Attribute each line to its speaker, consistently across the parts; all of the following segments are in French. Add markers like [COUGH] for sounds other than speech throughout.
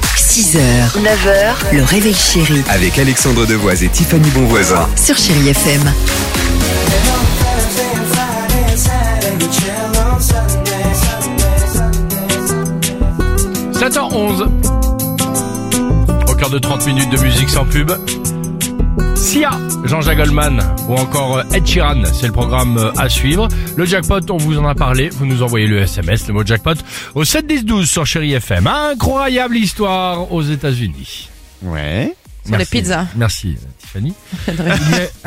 Speaker 1: 6h, 9h, le réveil chéri
Speaker 2: Avec Alexandre Devoise et Tiffany Bonvoisin.
Speaker 1: sur Chéri FM.
Speaker 3: Saturday, chill on Sunday, Sunday, Sunday.
Speaker 4: 7h11. Au cœur de 30 minutes de musique sans pub. Sia, Jean-Jacques Goldman ou encore euh, Ed Sheeran, c'est le programme euh, à suivre. Le jackpot, on vous en a parlé, vous nous envoyez le SMS, le mot jackpot, au 7 10 12 sur Chéri FM. Incroyable histoire aux États-Unis.
Speaker 2: Ouais.
Speaker 5: Sur les pizzas.
Speaker 4: Merci euh,
Speaker 5: [LAUGHS]
Speaker 4: Tiffany.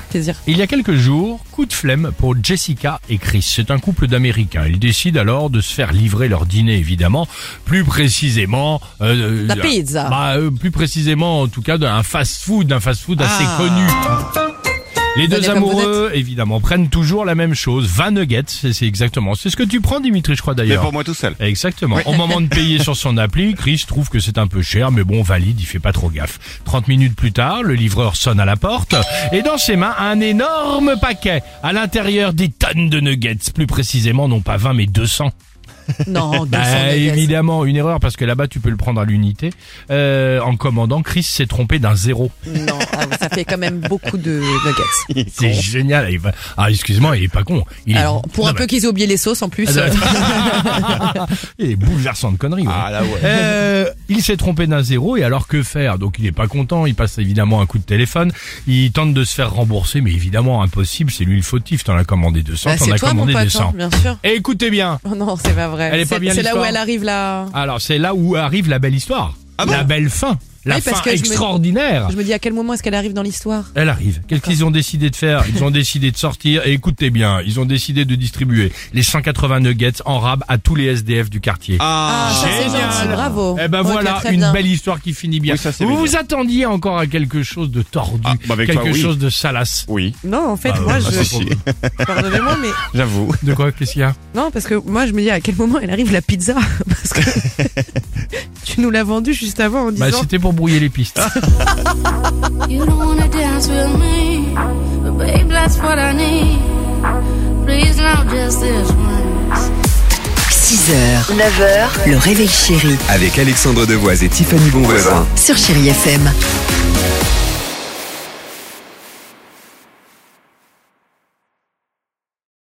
Speaker 5: plaisir.
Speaker 4: Il y a quelques jours, coup de flemme pour Jessica et Chris. C'est un couple d'Américains. Ils décident alors de se faire livrer leur dîner, évidemment. Plus précisément... euh,
Speaker 5: La
Speaker 4: euh,
Speaker 5: pizza.
Speaker 4: bah, euh, Plus précisément, en tout cas, d'un fast-food, d'un fast-food assez connu. Les
Speaker 5: Ah. Venez
Speaker 4: deux
Speaker 5: comme vous
Speaker 4: amoureux, évidemment, prennent toujours la même chose, 20 nuggets, c'est c'est exactement. C'est ce que tu prends, Dimitri, je crois
Speaker 6: Mais
Speaker 4: d'ailleurs.
Speaker 6: pour moi tout seul.
Speaker 4: Exactement. Au moment de payer sur son appli, Chris trouve que c'est un peu cher, mais bon, valide, il fait pas trop gaffe. 30 minutes plus tard, le livreur sonne à la porte et dans ses mains, un énorme paquet. À l'intérieur, des tonnes de nuggets. Plus précisément, non pas 20, mais 200.
Speaker 5: Non, 200
Speaker 4: Bah,
Speaker 5: nuggets.
Speaker 4: évidemment, une erreur parce que là-bas, tu peux le prendre à l'unité. Euh, en commandant, Chris s'est trompé d'un zéro.
Speaker 5: Non, ah, ça fait quand même beaucoup de nuggets.
Speaker 4: C'est génial. il va- Ah, excuse-moi, il est pas con. Il est- Ah, bah.
Speaker 5: Alors, pour un
Speaker 4: Non,
Speaker 5: peu qu'ils aient oublié les sauces en
Speaker 4: bah,
Speaker 5: plus. euh,
Speaker 4: [LAUGHS] Il est bouleversant de conneries. ouais.
Speaker 5: Ah,
Speaker 6: Ah, là ouais.
Speaker 4: [LAUGHS] Euh, il s'est trompé d'un zéro et alors que faire Donc il n'est pas content, il passe évidemment un coup de téléphone, il tente de se faire rembourser mais évidemment impossible, c'est lui le fautif, t'en as commandé 200,
Speaker 5: bah,
Speaker 4: t'en
Speaker 5: c'est
Speaker 4: as
Speaker 5: toi, mon
Speaker 4: commandé
Speaker 5: pote,
Speaker 4: 200.
Speaker 5: hein, bien sûr.
Speaker 4: Et écoutez bien,
Speaker 5: Oh non, c'est pas vrai.
Speaker 4: Elle est pas
Speaker 5: C'est-
Speaker 4: bien,
Speaker 5: C'est là où
Speaker 4: l'histoire
Speaker 5: elle arrive là.
Speaker 4: alors c'est là où arrive la belle histoire,
Speaker 6: Ah bon
Speaker 4: la belle fin, la
Speaker 5: Oui,
Speaker 4: fin
Speaker 5: parce que je me-
Speaker 4: extraordinaire.
Speaker 5: Je me dis à quel moment est-ce qu'elle arrive dans l'histoire
Speaker 4: Elle arrive. Qu'est-ce qu'ils ont décidé de faire Ils ont décidé de sortir et écoutez bien, ils ont décidé de distribuer les 180 nuggets en rab à tous les SDF du quartier.
Speaker 6: Ah,
Speaker 5: ça, c'est
Speaker 4: génial.
Speaker 5: gentil, bravo.
Speaker 4: Eh ben
Speaker 5: Ok,
Speaker 4: voilà,
Speaker 5: très
Speaker 4: une
Speaker 5: bien.
Speaker 4: belle histoire qui finit bien.
Speaker 6: Oui, ça, c'est
Speaker 4: vous
Speaker 6: mignon.
Speaker 4: vous attendiez encore à quelque chose de tordu,
Speaker 6: Ah, bah, avec
Speaker 4: quelque
Speaker 6: toi, oui. Ah,
Speaker 4: chose de salace.
Speaker 6: oui,
Speaker 7: Non, en fait,
Speaker 4: Bah,
Speaker 7: moi,
Speaker 4: euh, bah,
Speaker 7: je,
Speaker 4: c'est-
Speaker 7: pardonnez-moi, mais
Speaker 6: j'avoue.
Speaker 4: De quoi Qu'est-ce qu'il y a
Speaker 7: non, parce que moi, je me dis à quel moment elle arrive la pizza, [LAUGHS] parce que
Speaker 4: [LAUGHS]
Speaker 7: tu nous l'as vendue juste avant en disant.
Speaker 4: Bah, C'était pour brouiller
Speaker 6: [LAUGHS]
Speaker 4: les pistes.
Speaker 8: You don't wanna dance with me, but babe, that's what I need. Please now, just this once.
Speaker 1: 6h, 9h, le réveil chéri
Speaker 2: Avec Alexandre Devoise et Tiffany Bonvoisin.
Speaker 1: sur Chéri FM.